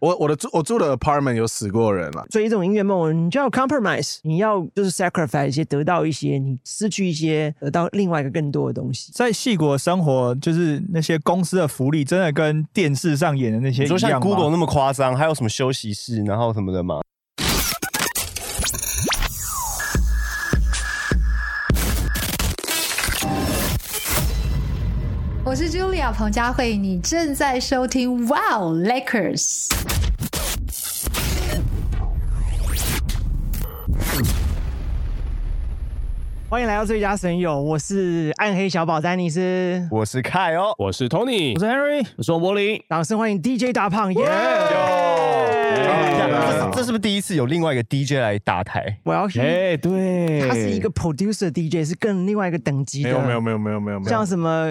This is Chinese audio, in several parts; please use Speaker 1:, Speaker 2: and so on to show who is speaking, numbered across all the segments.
Speaker 1: 我我的住我住的 apartment 有死过人了，
Speaker 2: 追这种音乐梦，你就要 compromise，你要就是 sacrifice 一些，得到一些，你失去一些，得到另外一个更多的东西。
Speaker 3: 在戏国生活，就是那些公司的福利，真的跟电视上演的那些
Speaker 4: 你
Speaker 3: 一
Speaker 4: 说像
Speaker 3: 样吗
Speaker 4: Google 那么夸张，还有什么休息室，然后什么的吗？
Speaker 5: 我是 Julia 彭佳慧，你正在收听 Wow Lakers。
Speaker 2: 欢迎来到最佳损友，我是暗黑小宝丹尼斯，
Speaker 4: 我是凯哦，
Speaker 6: 我是 Tony，
Speaker 3: 我是 Henry，
Speaker 7: 我是王柏林，
Speaker 2: 掌声欢迎 DJ 大胖耶！
Speaker 4: 这样
Speaker 6: 哎
Speaker 4: 这是这是不是第一次有另外一个 DJ 来打台？
Speaker 2: 我要去，
Speaker 6: 哎，对，
Speaker 2: 他是一个 producer DJ，是更另外一个等级的。
Speaker 1: 没有没有没有没有没有没有
Speaker 2: 像，什么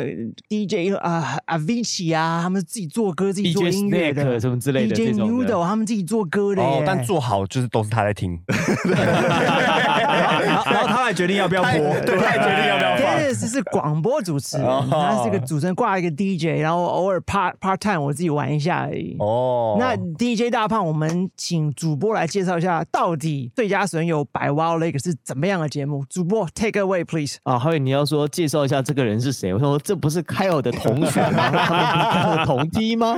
Speaker 2: DJ 啊、Avicii 啊，他们自己做歌、自己
Speaker 7: DJ
Speaker 2: 做音乐的
Speaker 7: Snake 什么之类的
Speaker 2: DJ
Speaker 7: 这种的
Speaker 2: Noodle 他们自己做歌的耶。
Speaker 4: 哦， 但做好就是都是他在听，
Speaker 3: 然后啊 然后他来决定要不要播，
Speaker 4: 对，哦他也决定要不要放。
Speaker 2: Dennis 是广播主持人，他是个主持人，挂一个 DJ，然后偶尔 part part time 我自己玩一下而已。
Speaker 4: 哦，。
Speaker 2: 那 DJ 大胖，我们请主播来介绍一下，到底《最佳损友》百 Wow Lake 是怎么样的节目？主播 take away please。
Speaker 7: 啊，还有你要说介绍一下这个人是谁？我说这不是凯尔的同学吗？ 他们不是同梯吗？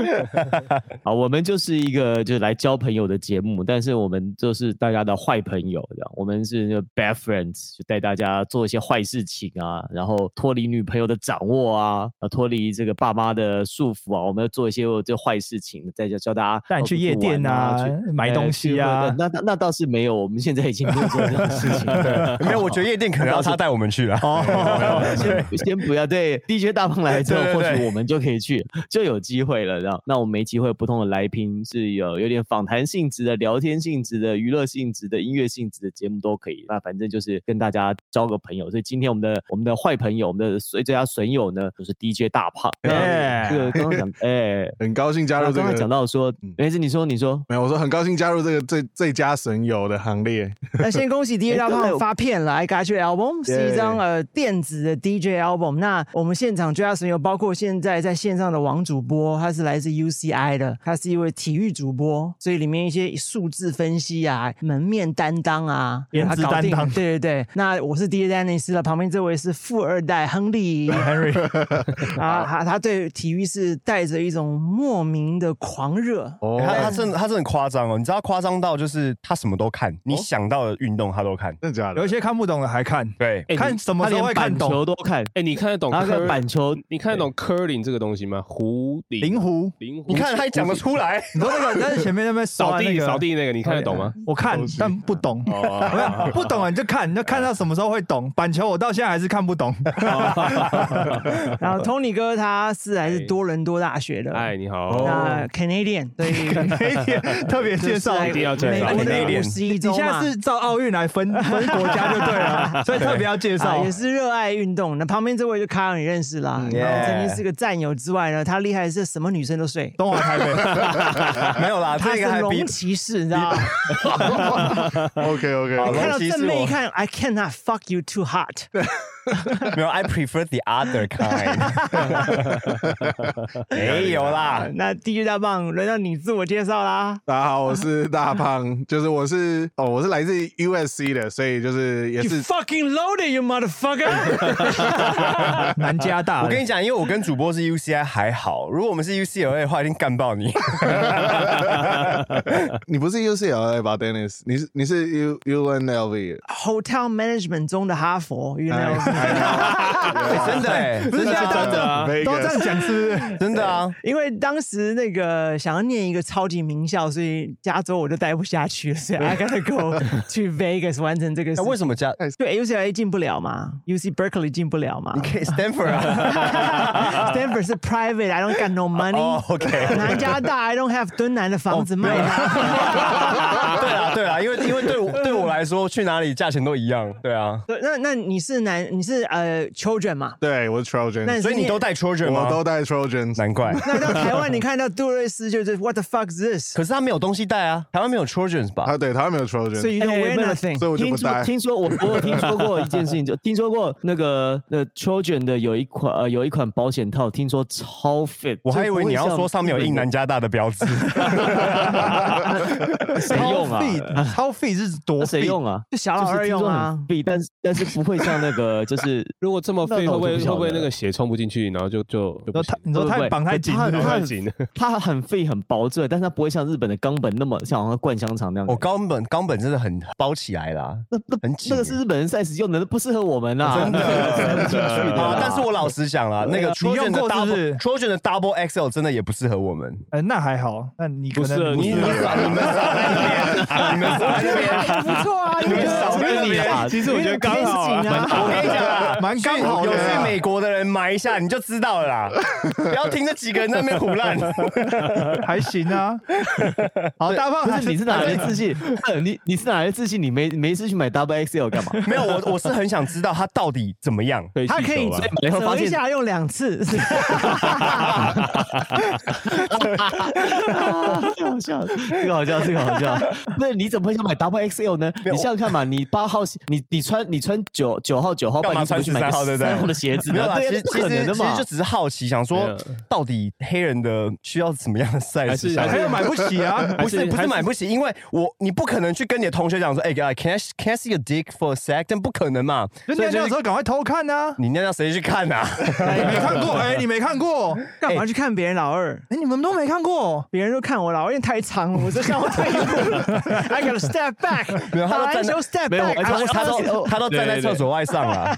Speaker 7: 啊，我们就是一个就是来交朋友的节目，但是我们就是大家的坏朋友，这样我们是那个 bad friends，就带大家做一些坏事情啊，然后脱离女朋友的掌握啊，啊脱离这个爸妈的束缚啊，我们要做一些这坏事情，再教教大家
Speaker 3: 带你去
Speaker 7: 到处
Speaker 3: 夜店
Speaker 7: 玩啊，
Speaker 3: 啊
Speaker 7: 去
Speaker 3: 买东西啊
Speaker 7: 哎去那那那倒是没有，我们现在已经没有做这种事 情了
Speaker 4: 没有，
Speaker 3: 哦
Speaker 4: 我觉得夜店可能要他带我们去了。啊
Speaker 7: 哦，先 先不要对 DJ 大胖来之后，
Speaker 4: 对对
Speaker 7: 或
Speaker 4: 对
Speaker 7: 许我们就可以去， 就有机会了。这样，那我们没机会，不同的来宾是有有点访谈性质的、聊天性质的、娱乐性质的、音乐性质的节目都可以。那反正就是跟大家交个朋友。所以今天我们的我们的坏朋友，我们的最佳损友呢，就是 DJ 大胖。
Speaker 3: 哎
Speaker 7: 那这个刚刚讲，哎，
Speaker 1: 很高兴加入
Speaker 7: 刚
Speaker 1: 这
Speaker 7: 刚讲
Speaker 1: 个。
Speaker 7: 到说，没事，你说你说，
Speaker 1: 没有，我说很高兴加入这个最最佳损友的行列。
Speaker 2: 那呃先恭喜 DJ 大
Speaker 7: 真的
Speaker 2: 胖
Speaker 7: 有
Speaker 2: 发片了，I Got You Album 是一张呃电子的 DJ album。那我们现场最佳损友包括现在在线上的王主播，他是来自 UCI 的，他是一位体育主播，所以里面一些数字分析啊、门面担当啊，
Speaker 3: 颜
Speaker 2: 他
Speaker 3: 值
Speaker 2: 搞定
Speaker 3: 担当
Speaker 2: 对对对。那我是 DJ 丹尼斯了，旁边这位是富二代亨利 Henry 啊，他他对体育是带着一种莫名的狂热。
Speaker 1: 哦
Speaker 4: 他他真的他真的很夸张哦，你知道夸张到就是他什么都看，你想到的运动他都 看。
Speaker 1: 真的假的？
Speaker 3: 有一些看不懂的还看，
Speaker 4: 啊对，
Speaker 6: 哎
Speaker 3: 看什么时候会看
Speaker 7: 板球
Speaker 3: 懂？
Speaker 7: 都看，
Speaker 6: 哎，你看得懂
Speaker 7: 然后看
Speaker 6: curl-
Speaker 7: 板球
Speaker 6: 你看得懂 curling 这个东西吗？狐狸，
Speaker 3: 灵狐，
Speaker 6: 灵狐，
Speaker 4: 你看他也讲得出来，
Speaker 3: 你说 那个，但是前面那边
Speaker 6: 扫
Speaker 3: 那
Speaker 6: 地
Speaker 3: 个
Speaker 6: 扫，地那个，你看得懂吗？
Speaker 3: 我看但不懂。
Speaker 4: 哦
Speaker 3: 没有不懂啊，你就看，你就看到什么时候会懂。板球我到现在还是看不懂。
Speaker 2: 然后 Tony 哥他是来自
Speaker 6: 哎
Speaker 2: 多伦多大学的，
Speaker 6: 哎，你好，
Speaker 2: 那 Canadian 对
Speaker 3: Canadian 特别介绍，
Speaker 2: 就是
Speaker 6: 一定要介
Speaker 2: 美
Speaker 6: 绍
Speaker 2: 国的
Speaker 4: Canadian
Speaker 2: 五十一
Speaker 3: 你
Speaker 2: 州
Speaker 3: 现
Speaker 2: 嘛
Speaker 3: 在。是照奥运来分分国家就对了，所以特别要介
Speaker 2: 啊，
Speaker 3: 绍
Speaker 2: 也。是热爱运动。那旁边这位就卡尔，你认识啦。
Speaker 4: 嗯
Speaker 2: 然后
Speaker 4: yeah
Speaker 2: 曾经是个战友之外呢，他厉害的是什么女生都睡，
Speaker 3: 东华台北，
Speaker 4: 没有啦，
Speaker 2: 他
Speaker 4: 这
Speaker 2: 是
Speaker 4: 个还比
Speaker 2: 龙骑士，你知道吗？
Speaker 1: OK
Speaker 4: 好
Speaker 1: OK，
Speaker 4: 了
Speaker 2: 看到
Speaker 4: 龙骑士
Speaker 2: 正面
Speaker 4: 我
Speaker 2: 一看，I cannot fuck you too hot。
Speaker 4: 没有，I prefer the other kind。没有啦，
Speaker 2: 那第一大棒轮到你自我介绍啦。
Speaker 1: 大家好，我是大胖， 就是我是哦，我是来自 USC 的，所以就是也
Speaker 2: You
Speaker 1: 是
Speaker 2: fucking loaded, you motherfucker！
Speaker 3: 南加大。
Speaker 4: 我跟你讲，因为我跟主播是 UCI 还好，如果我们是 UCLA 的话，一定干爆你。
Speaker 1: 你不是 UCLA 吧，Dennis？你是你是 U UNLV？
Speaker 2: Hotel management 中的哈佛，
Speaker 1: 哎
Speaker 2: 原来我是
Speaker 4: 哎真的哎，
Speaker 3: 不是
Speaker 4: 真的
Speaker 3: 啊
Speaker 4: 真的
Speaker 6: 啊
Speaker 3: 都这样讲是不是？
Speaker 4: 真的啊，
Speaker 2: 因为当时那个想要念一个超级名校，所以加州我就待不下去了，所以 I gotta go 去 Vegas 完成这个事。
Speaker 4: 哎那为什么 加？
Speaker 2: 就 UCLA 进不了嘛，UC Berkeley 进不了嘛
Speaker 4: 你可以 Stanford 啊。
Speaker 2: ，Stanford 是 private，I don't got no money。
Speaker 4: 哦，OK
Speaker 2: 南加大，I don't have 敦南的房子卖啦。
Speaker 4: 哦对啦，对啦，啊因为因为对我对我来说，去哪里价钱都一样。对啊，
Speaker 2: 对那那你是男，你是呃 children 嘛？
Speaker 1: 对，我是
Speaker 2: 那
Speaker 1: Trojan，
Speaker 4: 嗯所以你都带 children 吗？
Speaker 1: 我都带 Trojan。
Speaker 4: 难怪。
Speaker 2: 那到台湾，你看到杜瑞斯就是 What the fuck is this？
Speaker 4: 可是他没有东西带啊，台湾没有 children 吧
Speaker 1: 啊，？对，他没有 Trojan，
Speaker 2: 所以 you
Speaker 7: 哎
Speaker 2: don't
Speaker 7: 没
Speaker 2: wear
Speaker 7: 有
Speaker 2: nothing。
Speaker 1: 所以我就
Speaker 7: 听
Speaker 1: 不
Speaker 7: 说
Speaker 1: 带。
Speaker 7: 听说我我有听说过一件事情，就听说过那个那 Trojan 的有一款呃有一款保险套，听说超 fit。
Speaker 4: 我还以为你要说上面有印南
Speaker 7: 男，
Speaker 4: 加大的标志，
Speaker 7: 谁用啊？
Speaker 3: 费超费是多
Speaker 7: 那谁
Speaker 3: 费
Speaker 7: 用啊？
Speaker 2: 就小
Speaker 7: 就
Speaker 2: 老
Speaker 7: 是
Speaker 2: 二
Speaker 7: 听
Speaker 2: 用
Speaker 7: 说
Speaker 2: 啊
Speaker 7: 很。费，但是但是不会像那个就是
Speaker 6: 如果这么
Speaker 7: 那
Speaker 6: 废，
Speaker 7: 那
Speaker 6: 会
Speaker 7: 我
Speaker 6: 不会
Speaker 7: 就不
Speaker 6: 会
Speaker 7: 晓
Speaker 6: 不会
Speaker 7: 得
Speaker 6: 那个血冲不进去，然后就就就
Speaker 3: 你说太你说
Speaker 6: 不行
Speaker 7: 不
Speaker 3: 太
Speaker 7: 会
Speaker 3: 绑太紧
Speaker 7: 他
Speaker 3: 是不是
Speaker 7: 他
Speaker 6: 太
Speaker 7: 很
Speaker 6: 紧了？
Speaker 7: 它很费很薄这，但它不会像日本的冈本那么像好像灌香肠那样。
Speaker 4: 我冈本冈本真的很包起来啦，
Speaker 7: 那那
Speaker 4: 很紧哦
Speaker 7: 那个是日本人 size 用的，那不适合我们啊啦，
Speaker 4: 真的
Speaker 7: 塞不进去的
Speaker 4: 啊
Speaker 7: 啦。！
Speaker 4: 但是我老实讲啦，那个
Speaker 3: 你用
Speaker 4: Trojan 的
Speaker 3: 过是不是
Speaker 4: double Trojan 的 double XL 真的也不适合我们。
Speaker 3: 呃，那还好，那你可
Speaker 6: 不是
Speaker 3: 能
Speaker 6: 你
Speaker 4: 你们少你们少在那 边，你们少在那边。
Speaker 2: 不错啊，
Speaker 4: 哎你们少在那
Speaker 7: 你
Speaker 4: 边。
Speaker 7: 啊，
Speaker 6: 其实我觉得刚好
Speaker 2: 天使锦啊
Speaker 6: 啊，
Speaker 4: 我跟你讲啊，
Speaker 3: 蛮刚好
Speaker 4: 有
Speaker 3: 的
Speaker 4: 去
Speaker 3: 啊。
Speaker 4: 美国的人埋一下，你就知道了啦。不要听这几个人在那边胡乱。
Speaker 3: 还行 啊。好，大胖
Speaker 7: 不
Speaker 3: 还
Speaker 7: 是你是哪来的自信？ 呃你你是哪来的自信？你没没事去买 double XL 干嘛？
Speaker 4: 没有，我我是很想知道他到底怎么样。
Speaker 6: 可以
Speaker 2: 他可以
Speaker 6: 吧
Speaker 2: 折
Speaker 7: 然后发
Speaker 2: 一
Speaker 7: 现
Speaker 2: 下用两次，
Speaker 7: 这个好笑，这个好笑，这个好笑。那你怎么会想买 double XL 呢？你想想看嘛，你八号，你你穿你穿九九号九号
Speaker 4: 干
Speaker 7: 半，
Speaker 4: 嘛
Speaker 7: 你怎么去买
Speaker 4: 穿
Speaker 7: 个
Speaker 4: 13号对不对
Speaker 7: 13号的鞋子
Speaker 4: 没有
Speaker 7: 呢？
Speaker 4: 啦，
Speaker 7: 对
Speaker 4: 其
Speaker 7: 啊，这不可
Speaker 4: 实其实
Speaker 7: 能的
Speaker 4: 其实
Speaker 7: 嘛
Speaker 4: 就。只是好奇，想
Speaker 6: 没
Speaker 4: 说
Speaker 6: 有
Speaker 4: 到底黑人的需要什么样的 size？
Speaker 6: 还是
Speaker 4: 想
Speaker 3: 还有买不起 啊？
Speaker 6: 还
Speaker 4: 不是不
Speaker 6: 还
Speaker 4: 是买不起，因为我你不可能去跟你的同学讲说，哎、欸、，can I can I see your dick for a sec？但不可能嘛，
Speaker 3: 就尿尿的时候赶快偷看啊！
Speaker 4: 你那样谁去看啊？
Speaker 3: 你没看过？哎，你没看过？
Speaker 2: 干嘛去看别人老二？
Speaker 3: 哎，你们都没看过？
Speaker 2: 别人都看我老二，因为太长了，我这看我退一步，I gotta step back，
Speaker 4: 没有他都
Speaker 2: 打篮
Speaker 4: 站在
Speaker 2: 球 step
Speaker 7: 没有我
Speaker 2: back
Speaker 7: 哎
Speaker 4: 他。
Speaker 7: 他
Speaker 4: 都他都他都站在
Speaker 6: 对对对
Speaker 4: 厕所外上啊了，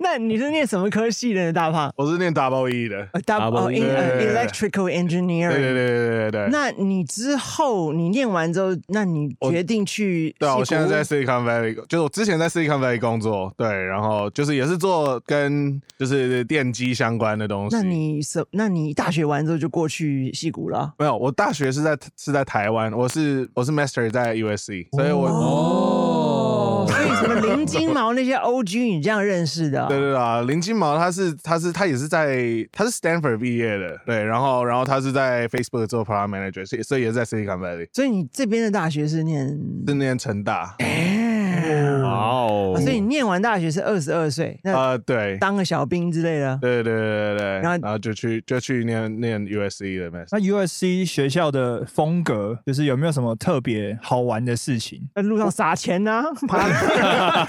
Speaker 2: 那你是念什么科系的呢，大胖？
Speaker 1: 我是念 double E 的，
Speaker 2: 呃大
Speaker 6: 啊
Speaker 2: 哦
Speaker 6: 我
Speaker 2: ，in
Speaker 1: 对
Speaker 2: electrical
Speaker 1: 对对
Speaker 2: engineering。
Speaker 1: 对对对对。
Speaker 2: 那你之后你念完之后，那你决定去？
Speaker 1: 对啊，我现在在。Silicon Valley，就是我之前在 Silicon Valley 工作，对，然后就是也是做跟就是电机相关的东西。
Speaker 2: 那你什？那你大学完之后就过去戏谷了？
Speaker 1: 没有？我大学是在是在台湾，我是我是 Master 在 USC，所以我、
Speaker 2: 哦，所以什么林金毛那些 OG 你这样认识的啊？
Speaker 1: 对对对啊，林金毛他是他是他也是在他是 Stanford 毕业的，对，然后然后他是在 Facebook 做 Product Manager，所以所以也是在 Silicon Valley，
Speaker 2: 所以你这边的大学是念？
Speaker 1: 是念成大，
Speaker 6: 哇哦
Speaker 2: 啊所以你念完大学是二十二岁，那
Speaker 1: 呃，对。
Speaker 2: 当个小兵之类的。
Speaker 1: 对对对对对，
Speaker 2: 然后
Speaker 1: 然后就去就去念念 USC 的 master，
Speaker 3: 那 USC 学校的风格就是有没有什么特别好玩的事情？啊
Speaker 2: 在路上撒钱啊 呐、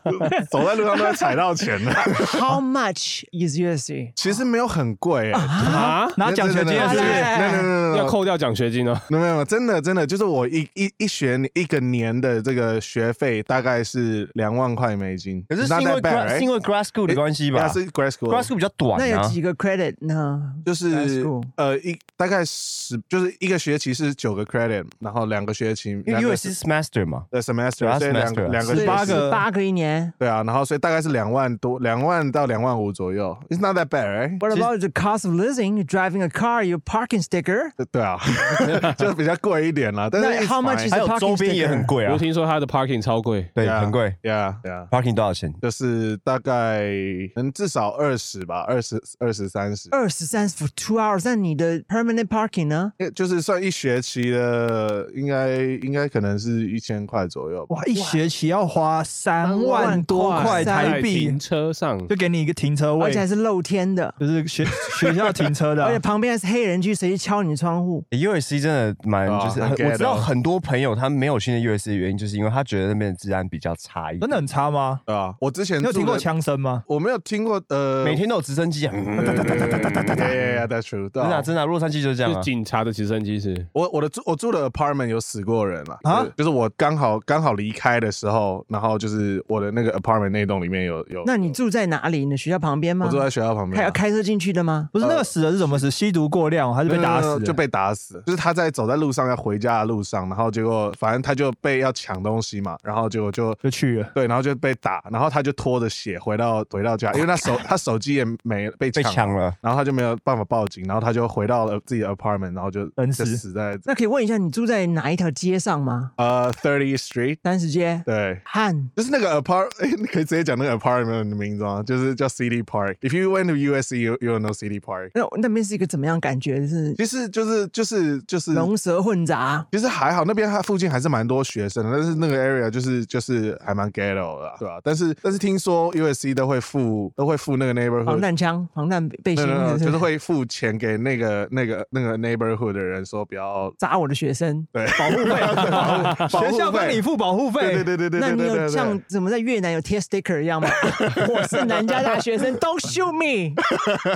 Speaker 1: 走在路上都会踩到钱的。
Speaker 2: How much is USC？
Speaker 1: 其实没有很啊贵哎、
Speaker 6: 啊，
Speaker 3: 拿奖学金
Speaker 1: 真的
Speaker 3: 是不
Speaker 1: 真
Speaker 3: 是？
Speaker 1: 的没有没有没有没
Speaker 6: 要
Speaker 1: 有
Speaker 6: 扣掉奖学金哦。
Speaker 1: 没有没有，真的真的就是我一一一学年一个年的这个学费大概是两万块美金，
Speaker 4: 可是是
Speaker 1: Not
Speaker 4: 因为
Speaker 1: that bad,
Speaker 4: gra-
Speaker 1: right？
Speaker 4: 是因为 grad school 的关系吧
Speaker 1: 对啊是 grad school，
Speaker 4: ？grad school 比较短
Speaker 2: 那有
Speaker 4: 啊。
Speaker 2: 几个 credit 呢？
Speaker 1: 就是
Speaker 2: ，school
Speaker 1: 呃一大概十就是一个学期是九个 credit，然后两个学期
Speaker 4: 因
Speaker 1: 两
Speaker 4: 为
Speaker 1: 个
Speaker 4: USC 是 master 嘛，
Speaker 1: 的 semester，、
Speaker 4: 对啊
Speaker 1: 所以两
Speaker 4: semester 啊
Speaker 1: 两个
Speaker 3: 十八
Speaker 1: 学期
Speaker 3: 个
Speaker 2: 八个一年。
Speaker 1: 对啊，然后所以大概是两万多两万到两万五左右，It's not that bad，、right?
Speaker 2: What about the cost of living? You're driving a car, your parking sticker.
Speaker 1: 对对啊， 就比较贵一点啦，但
Speaker 2: 那
Speaker 1: 是
Speaker 2: how much
Speaker 4: 还
Speaker 2: is-
Speaker 4: 有周边也很贵啊
Speaker 6: 我，听说他的 parking 超贵，
Speaker 4: 对，很贵。
Speaker 1: 呀呀。
Speaker 4: parking 多少钱？
Speaker 1: 就是大概能至少二十吧，二十二十三十，
Speaker 2: 二十三 for two hours，那你的 permanent parking 呢？
Speaker 1: 因为就是算一学期的，应该应该可能是一千块左右吧。
Speaker 3: 哇，一学期要花三万多块台
Speaker 6: 在
Speaker 3: 币
Speaker 6: 停，车上
Speaker 3: 就给你一个停车
Speaker 2: 而
Speaker 3: 位
Speaker 2: 且，还是露天的，
Speaker 3: 就是学学校停车的啊
Speaker 2: 而且。旁边还是黑人区，谁去敲你窗户？
Speaker 4: USC 真的蛮
Speaker 1: 啊
Speaker 4: 就是，
Speaker 1: 很
Speaker 4: 很我
Speaker 1: ghetto
Speaker 4: 知道很多朋友他没有去那 USC 的原因，就是因为他觉得那边的治安比较差一点。
Speaker 3: 真的很差吗？
Speaker 1: 对啊，我之前
Speaker 3: 你有
Speaker 1: 住
Speaker 3: 听过
Speaker 1: 的
Speaker 3: 枪声吗？
Speaker 1: 我没有听过，呃，
Speaker 4: 每天都有直升机啊，嗯
Speaker 1: 对。对对对对对对对，That's true，对
Speaker 4: 真的啊
Speaker 1: 啊。
Speaker 4: 真的啊，洛杉矶就是这样
Speaker 6: 就
Speaker 4: 啊
Speaker 6: 是。警察的直升机是
Speaker 1: 我我的住我住的 apartment 有死过人了
Speaker 3: 啊
Speaker 1: 啊！就是我刚好刚好离开的时候，然后就是我的那个 apartment 那栋里面有有，
Speaker 2: 那你住在哪里？你的学校旁边吗？
Speaker 1: 我住在学校旁
Speaker 2: 还
Speaker 1: 边
Speaker 2: 要
Speaker 1: 啊，
Speaker 2: 开车进去的吗？
Speaker 3: 不是那个死的是什么死？吸毒过量还是被打
Speaker 1: 没有没有
Speaker 3: 死
Speaker 1: 没
Speaker 3: 的？
Speaker 1: 有就被打死。就是他在走在路上要回家的路上，然后结果反正他就被要抢东西嘛，然后结果就
Speaker 3: 就去了。
Speaker 1: 对，然后就被打，然后他就拖着血回到回到家，因为他手他手机也没被
Speaker 4: 被
Speaker 1: 抢
Speaker 4: 抢了，
Speaker 1: 然后他就没有办法报警，然后他就回到了自己的 apartment，然后就
Speaker 3: 等
Speaker 1: 就
Speaker 3: 死
Speaker 1: 死在
Speaker 2: 那可以问一下你住在哪一条街上吗？
Speaker 1: 呃 Thirty Street，
Speaker 2: 三十街。
Speaker 1: 对。
Speaker 2: 汉
Speaker 1: 就是那个 apart，哎、 你可以直接讲那个 apartment 的名字吗？就是叫 City Park。If you went to USC, you you will know City Park。
Speaker 2: 那那边是一个怎么样感觉？是
Speaker 1: 其实就是就是就是
Speaker 2: 龙蛇混杂，
Speaker 1: 其实还好，那边它附近还是蛮多学生的，但是那个 area 就是是就是还蛮 ghetto 的啊，对吧、但是但是听说 USC 都会付都会付那个 neighborhood
Speaker 2: 防弹枪、防弹背
Speaker 1: 没
Speaker 2: 哦
Speaker 1: 有
Speaker 2: 心
Speaker 1: 没有没有，就是
Speaker 2: 不
Speaker 1: 会付钱给那个那个那个 neighborhood 的人说不要
Speaker 2: 扎我的学生。
Speaker 1: 对啊
Speaker 3: 保护费，
Speaker 1: 保护
Speaker 3: 学校帮
Speaker 1: 费
Speaker 3: 你付保护费，
Speaker 1: 对对对对对
Speaker 2: 那
Speaker 1: 对
Speaker 2: 你
Speaker 1: 对
Speaker 2: 有
Speaker 1: 对
Speaker 2: 像
Speaker 1: 对。
Speaker 2: 怎么在越南有贴 sticker 一 样吗？ 我是南加大学生，Don't shoot me！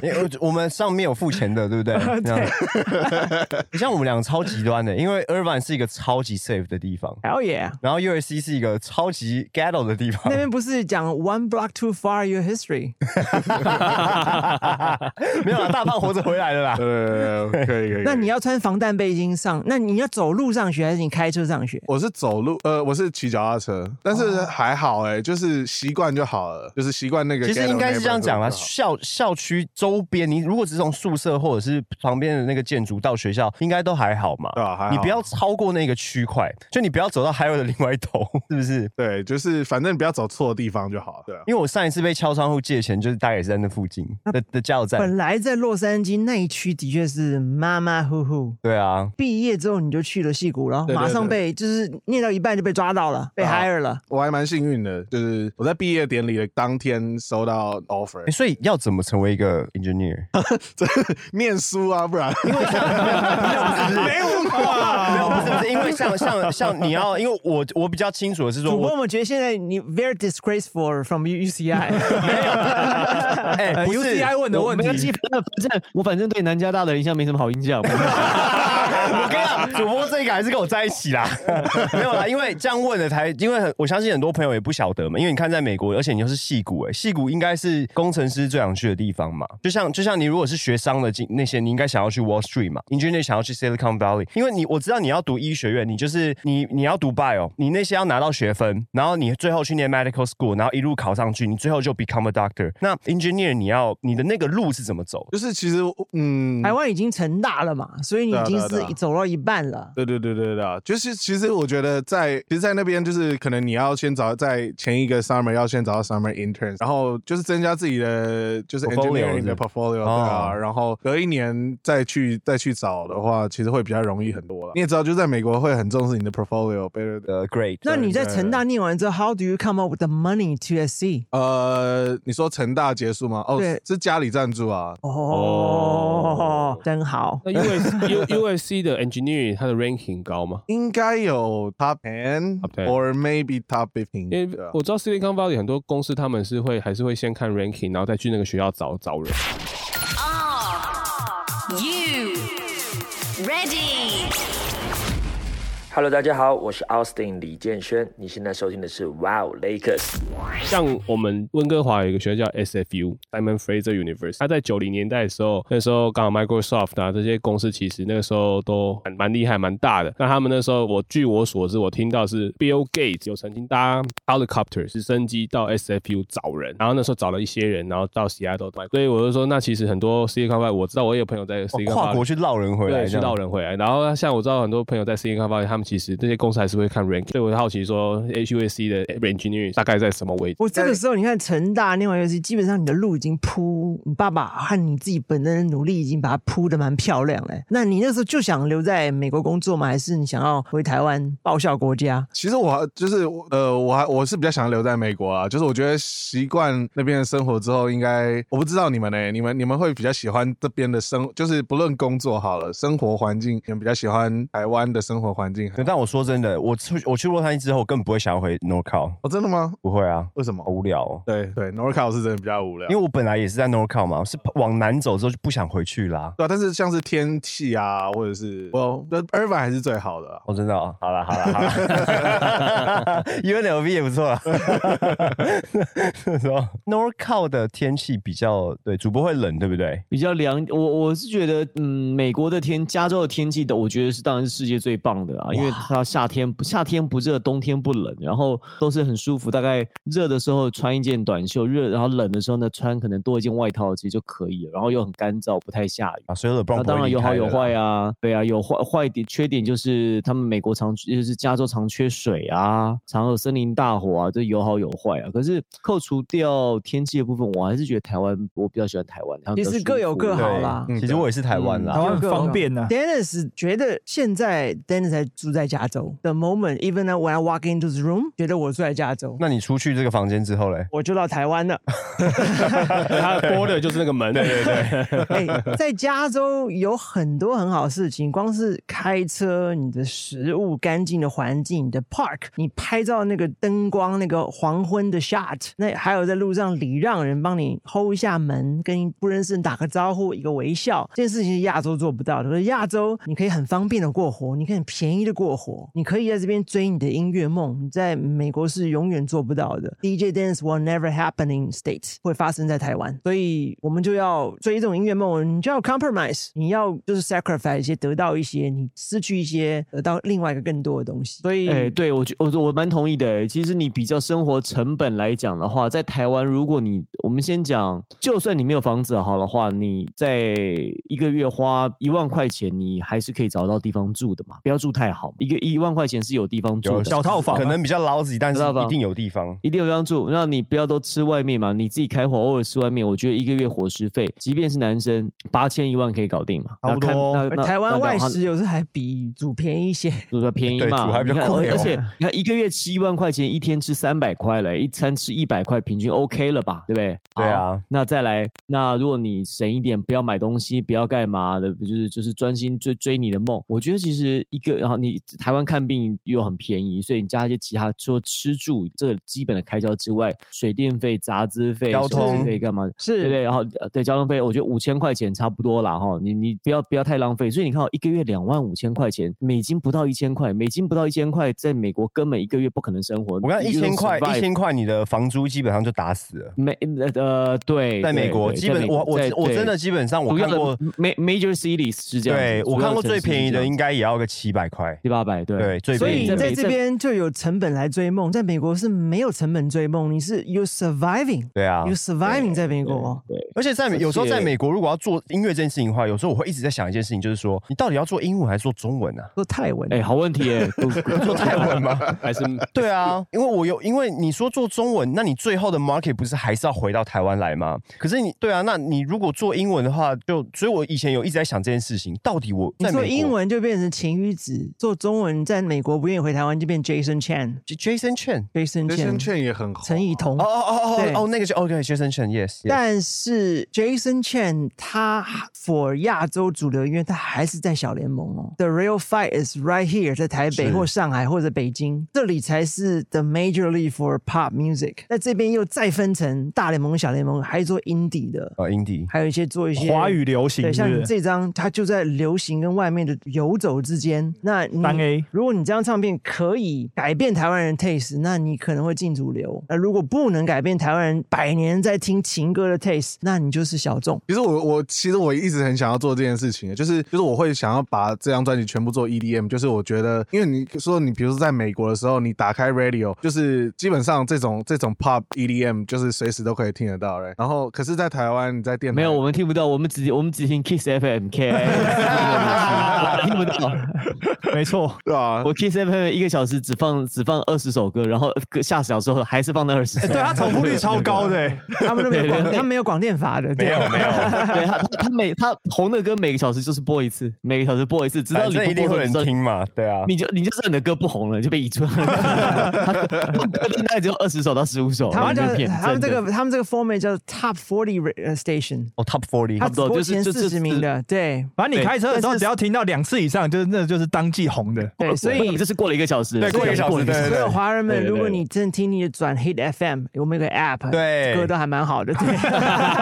Speaker 4: 因为欸我我们上面有付钱的，对不对？对。 像我们两个超极端的，因为 Irvine 是一个超级 safe 的地方，
Speaker 2: Hell yeah！
Speaker 4: 然后 USC 是一个超级 ghetto 的地方
Speaker 2: 那。边不 是讲 one block too far your history？
Speaker 4: 没有啦，大胖活着回来了啦。
Speaker 1: 呃，可以可以。可以
Speaker 2: 那你要穿防弹背心上，那你要走路上学还是你开车上学？
Speaker 1: 我是走路，呃，我是骑脚踏车，但是
Speaker 4: 哦
Speaker 1: 还好哎、就是习惯就好了，就是习惯那个。
Speaker 4: 其实应该是这样讲啦，校校区周边，你如果只是从宿舍或者是旁边的那个建筑到学校，应该都还好嘛。
Speaker 1: 对啊还好
Speaker 4: 你不要超过那个区块，就你不要走到 highway 的另外一头， 是不是？
Speaker 1: 对，就是反正不要走错地方就好了。对啊，
Speaker 4: 因为我上一次被敲窗户借钱，就是大概也是在那附近的的加油站。
Speaker 2: 本来在洛杉矶那一区的确是马马虎虎，
Speaker 4: 对啊，
Speaker 2: 毕业之后你就去了戏谷了，
Speaker 1: 对对啊
Speaker 2: 马上被就是念到一半就被抓到了，被 hire 了。
Speaker 1: 我还蛮幸运的，就是我在毕业典礼的当天收到 offer，
Speaker 4: 诶、所以要怎么成为一个 engineer？
Speaker 1: 这念书啊，不然
Speaker 3: 没文化，
Speaker 4: 没有，不是不是，因为像像像你要，因为我我比较清楚的是说
Speaker 2: 主
Speaker 4: 我，
Speaker 2: 播，我觉得现在你 very disgraceful from UCI，
Speaker 4: 哎、不是
Speaker 3: UCI 问的
Speaker 7: 我
Speaker 3: 问
Speaker 7: 没关系，
Speaker 3: 题，
Speaker 7: 反正反正我反正对南加大的印象没什么好印象。
Speaker 4: 我跟你讲，主播这个还是跟我在一起 啦，没有啦，因为这样问的台，因为很我相信很多朋友也不晓得嘛，因为你看在美国，而且你又是戏骨、欸，哎，戏骨应该是工程师最想去的地方嘛，就像就像你如果是学商的进那些，你应该想要去 Wall Street 嘛，engineer 想要去 Silicon Valley，因为你我知道你要读医学院，你就是你你要读 bio，你那些要拿到学分，然后你最后去念 medical school，然后一路考上去，你最后就 become a doctor。那 engineer 你要你的那个路是怎么走？
Speaker 1: 就是其实我嗯，
Speaker 2: 台湾已经成大了嘛，所以你已经
Speaker 1: 对啊对啊对
Speaker 2: 是
Speaker 1: 啊
Speaker 2: 走到一半了。
Speaker 1: 对对对对对啊，就是其实我觉得在其实，在那边就是可能你要先找在前一个 summer 要先找到 summer intern，然后就是增加自己的就是
Speaker 4: Portfolio
Speaker 1: engineering 的
Speaker 4: 是
Speaker 1: portfolio 对
Speaker 4: 哦
Speaker 1: 啊，然后隔一年再去再去找的话，其实会比较容易很多了。你也知道，就在美国会很重视你的 portfolio，对对对。
Speaker 4: 呃、g r e a t
Speaker 2: 那你在
Speaker 1: 对
Speaker 2: 成大念完之后，How do you come up with the money to SC？
Speaker 1: 呃，你说成大结束吗？哦
Speaker 2: 对，
Speaker 1: 是家里赞助啊。
Speaker 2: 哦，真好。
Speaker 6: 那 US U USC 的 engineering 它的 ranking 高吗？
Speaker 1: 应该有 top ten
Speaker 6: Top 10
Speaker 1: or maybe top fifteen，啊
Speaker 6: 因为我知道 Silicon Valley 很多公司他们是会还是会先看 ranking，然后再去那个学校找找人。
Speaker 8: You ready?
Speaker 9: Hello，大家好，我是 Austin 李建轩，你现在收听的是 Wow Lakers。
Speaker 6: 像我们温哥华有一个学校叫 SFU Simon Fraser University，它在九零年代的时候，那时候刚好 Microsoft 啊这些公司其实那个时候都蛮蛮厉害、蛮大的。那他们那时候，我据我所知，我听到是 Bill Gates 有曾经搭 helicopter 直升机到 SFU 找人，然后那时候找了一些人，然后到西雅图，所以我就说，那其实很多 Silicon Valley，我知道我也有朋友在 Silicon
Speaker 4: 哦跨
Speaker 6: Valley
Speaker 4: 国去捞人回来，
Speaker 6: 哦对，去绕。人回来。然后像我知道很多朋友在 Silicon Valley，他们其实这些公司还是会看 rank。所以我就好奇说，HUSC 的 engineering 大概在什么位置？
Speaker 2: 我这个时候，你看成大念完游戏，基本上你的路已经铺，你爸爸和你自己本身的努力已经把它铺的蛮漂亮嘞。那你那时候就想留在美国工作吗？还是你想要回台湾报效国家？
Speaker 1: 其实我就是呃，我还我是比较想留在美国啊，就是我觉得习惯那边的生活之后，应该我不知道你们呢、你们你们会比较喜欢这边的生，就是不论工作好了，生活环境，你们比较喜欢台湾的生活环境？
Speaker 4: 对但我说真的，我去我去洛杉矶之后，我根本不会想要回 NorCal，
Speaker 1: 哦，真的吗？
Speaker 4: 不会啊，
Speaker 1: 为什么
Speaker 4: 好？无聊、哦。
Speaker 1: 对对，NorCal 是真的比较无聊，
Speaker 4: 因为我本来也是在 NorCal 嘛，我是往南走之后就不想回去啦。
Speaker 1: 对啊、但是像是天气啊，或者是我那 Irvine 还是最好的、啊。
Speaker 4: 哦，真的、哦，好了好了好 了，UNLV 也不错啦。 那时候 NorCal 的天气比较对，主播会冷，对不对？
Speaker 7: 比较凉，我我是觉得，嗯，美国的天，加州的天气的，我觉得是当然是世界最棒的啊，因为它夏天不夏天不热，冬天不冷，然后都是很舒服。大概热的时候穿一件短袖，热然后冷的时候呢穿可能多一件外套其实就可以了，然后又很干燥，不太下雨。
Speaker 4: 啊，所以 LeBron
Speaker 7: 那当
Speaker 4: 不
Speaker 7: 然
Speaker 4: 会离
Speaker 7: 有好
Speaker 4: 开
Speaker 7: 有
Speaker 4: 了啦
Speaker 7: 坏啊，对啊，有坏坏点缺点就是他们美国常就是加州常缺水啊，常有森林大火啊，这有好有坏啊。可是扣除掉天气的部分，我还是觉得台湾我比较喜欢台湾，它比
Speaker 2: 其
Speaker 7: 较
Speaker 2: 实
Speaker 7: 舒
Speaker 2: 各有
Speaker 7: 服
Speaker 2: 各
Speaker 4: 对
Speaker 2: 好啦
Speaker 4: 其实我也是台湾
Speaker 7: 嗯
Speaker 4: 啦
Speaker 3: 台，湾很方便呐、啊
Speaker 2: Dennis 觉得现在 Dennis 还住在加州。The moment even when I walk into this room，觉得我住在加州，
Speaker 4: 那你出去这个房间之后 嘞？
Speaker 2: 我就到台湾了。
Speaker 6: 对它的 border 就是那个门，对对对，
Speaker 2: 哎、在加州有很多很好的事情，光是开车、你的食物、干净的环境、你的 park，你拍照那个灯光、那个黄昏的 shot，那还有在路上礼让人帮你 hold 一下门，跟不认识人打个招呼，一个微笑，这件事情是亚洲做不到的。可是亚洲你可以很方便的过活，你可以很便宜的过活，你可以在这边追你的音乐梦，你在美国是永远做不到的。DJ dance will never happen in states，会发生在台湾，所以我们就要追这种音乐梦，你就要 compromise，你要就是 sacrifice 一些，得到一些，你失去一些，得到另外一个更多的东西。所以，
Speaker 7: 哎、对我觉我我蛮同意的、哎其实你比较生活成本来讲的话，在台湾，如果你我们先讲，就算你没有房子好的话，你在一个月花一万块钱，你还是可以找到地方住的嘛。不要住太好，一个一万块钱是有地方住
Speaker 4: 有
Speaker 7: 的，
Speaker 3: 小套房啊
Speaker 4: 可能比较老子，但是
Speaker 7: 知道吧
Speaker 4: 一定有地方。
Speaker 7: 一定有地方住，那你不要都吃外面嘛，你自己开火，偶尔吃外面，我觉得一个月伙食费，即便是男生八千一万可以搞定嘛，
Speaker 3: 差不多哎
Speaker 7: 那看那那
Speaker 2: 台湾
Speaker 7: 那
Speaker 2: 外
Speaker 7: 两行
Speaker 2: 食有时候还比煮便宜一 些。
Speaker 7: 对吧？便宜
Speaker 4: 对煮
Speaker 7: 嘛，
Speaker 4: 还
Speaker 7: 你
Speaker 4: 比较
Speaker 7: 看
Speaker 4: 贵
Speaker 7: 而
Speaker 4: 哦
Speaker 7: 而且你看一个月吃一万块钱，一天吃三百块了，一餐吃一百块，平均 OK 了吧？对不对？
Speaker 4: 对啊
Speaker 7: 好。那再来，那如果你省一点，不要买东西，不要干嘛的，就是就是专心追追你的梦。我觉得其实一个，然后你台湾看病又很便宜，所以你加一些其他除了吃住这个基本的开销之外，水电费、杂资费、
Speaker 4: 交
Speaker 7: 手续
Speaker 4: 通
Speaker 7: 费干嘛？
Speaker 2: 是
Speaker 7: 对不对，然后呃对交通费，我觉得五千块钱差不多啦哈，你你不要不要太浪费。所以你看哦，一个月两万五千块钱，美金不到一千块，美金不到一千块，在美国根本一个月不可能生活。
Speaker 4: 我看一千块，一
Speaker 7: 1000
Speaker 4: 千块你的房租基本上就打死了。
Speaker 7: 美呃对，
Speaker 4: 在美
Speaker 7: 对
Speaker 4: 国，
Speaker 7: 对
Speaker 4: 基
Speaker 7: 在
Speaker 4: 本
Speaker 7: 美
Speaker 4: 我
Speaker 7: 国
Speaker 4: 我
Speaker 7: 在
Speaker 4: 我
Speaker 7: 对
Speaker 4: 真的基本上我
Speaker 7: 主要
Speaker 4: 看
Speaker 7: 的
Speaker 4: 过，
Speaker 7: ma- major cities 是这样子，
Speaker 4: 对我
Speaker 7: 主要
Speaker 4: 看过
Speaker 7: 城
Speaker 4: 最
Speaker 7: 市是
Speaker 4: 便宜
Speaker 7: 这
Speaker 4: 的
Speaker 7: 样
Speaker 4: 应
Speaker 7: 子
Speaker 4: 该也要个七百块，
Speaker 7: 七八百对。
Speaker 4: 对，最
Speaker 2: 所
Speaker 4: 便
Speaker 2: 以
Speaker 4: 宜
Speaker 2: 你
Speaker 4: 的。
Speaker 2: 在
Speaker 7: 美
Speaker 2: 这
Speaker 7: 在
Speaker 2: 边就有成本来追梦，在美国是没有成本追梦，你是 you surviving，
Speaker 4: 对啊
Speaker 2: you surviving 在美国。
Speaker 4: 而且在美
Speaker 7: 而
Speaker 4: 有时候在
Speaker 7: 且
Speaker 4: 美国，如果要做音乐这件事情的话，有时候我会一直在想一件事情，就是说你到底要做英文还是做中文 啊？
Speaker 2: 说泰文，
Speaker 7: 哎，好问题哎， 不
Speaker 4: 做泰文吗？
Speaker 6: 还是
Speaker 4: 对啊，因为我有，因为你说做中文，那你最后的 market 不是还是要回到台湾来吗？可是你对啊，那你如果做英文的话，就所以我以前有一直在想这件事情，到底我
Speaker 2: 你
Speaker 4: 在
Speaker 2: 做
Speaker 4: 美
Speaker 2: 英
Speaker 4: 国
Speaker 2: 文就变成秦宇子，做中文在美国不愿意回台湾就变 Jason Chan。
Speaker 4: Jason Chen，
Speaker 2: Jason
Speaker 1: 学生
Speaker 2: Chan、
Speaker 1: 券也很红，
Speaker 2: 陈以彤
Speaker 4: 哦。哦哦
Speaker 2: 对
Speaker 4: 哦哦，那个就 OK，Jason Chen，yes，
Speaker 2: 但是 Jason Chan 他 for 亚洲主流音乐，他还是在小联盟哦。The real fight is right here，在台北
Speaker 4: 是
Speaker 2: 或上海或者北京，这里才是 the major league for pop music。那这边又再分成大联盟、小联盟，还做 indie 的，
Speaker 4: 呃，Indy，
Speaker 2: 还有一些做一些
Speaker 3: 华语流行
Speaker 2: 对，像
Speaker 3: 是
Speaker 2: 你
Speaker 3: 不是
Speaker 2: 这张，它就在流行跟外面的游走之间。那你
Speaker 3: 单 A
Speaker 2: 如果你这张唱片可以改变台湾人 taste，那你可能会进主流；那如果不能改变台湾人百年在听情歌的 taste，那你就是小 众。
Speaker 1: 其实我我其实我一直很想要做这件事情，就是就是我会想要把这张专辑全部做 EDM，就是我觉得，因为你说你比如说在美国的时候，你打开 radio，就是基本上这种这种 pop EDM 就是随时都可以听得到嘞。然后可是，在台湾你在电台
Speaker 7: 没有，我们听不到，我们只我们只听 Kiss FM K，我 听不到。
Speaker 3: 没错，
Speaker 1: 对啊，
Speaker 7: 我 Kiss FM 一个小时只放只放二十首歌，然后隔下小时后还是放那二十 首。
Speaker 4: 啊
Speaker 3: 对它重复率超高的欸，
Speaker 2: 他们都没有广，
Speaker 7: 对对对
Speaker 2: 他们没有广电法的，对啊
Speaker 4: 没有没有，
Speaker 7: 对他他他每他红的歌每个小时就是播一次，每个小时播一次，直到
Speaker 4: 反
Speaker 7: 你
Speaker 4: 正一
Speaker 7: 不
Speaker 4: 定
Speaker 7: 播
Speaker 4: 会有
Speaker 7: 的
Speaker 4: 人
Speaker 7: 时候
Speaker 4: 听嘛，对啊，
Speaker 7: 你就你就知道你的歌不红了，就被移出来 了。他歌单大概只有二十首到十五首，
Speaker 2: 他们
Speaker 7: 然
Speaker 2: 叫
Speaker 7: 后你就骗
Speaker 2: 他们这
Speaker 7: 真的
Speaker 2: 个他们这个 format 叫 Top Forty ra- 呃 Station，
Speaker 4: 哦
Speaker 2: 它
Speaker 4: ，Top
Speaker 7: 差
Speaker 4: Forty，
Speaker 7: 不
Speaker 2: 只
Speaker 7: 多
Speaker 2: 播
Speaker 7: 就是
Speaker 2: 前
Speaker 7: 就
Speaker 2: 四十
Speaker 7: 就
Speaker 2: 名的，对
Speaker 3: 反啊正你
Speaker 7: 对
Speaker 3: 开车的时
Speaker 2: 但
Speaker 3: 候
Speaker 2: 是
Speaker 3: 只要听到两次以上，就是那就是当季红的。
Speaker 2: 对，所以
Speaker 7: 这是过了一个小时，
Speaker 4: 对过了一个小时
Speaker 7: 过了
Speaker 4: 对
Speaker 2: 所有华人们，
Speaker 7: 对对
Speaker 2: 如果你真的听你的转 Hit FM，我们有个 App，
Speaker 4: 对
Speaker 2: 歌都还蛮好的。 对，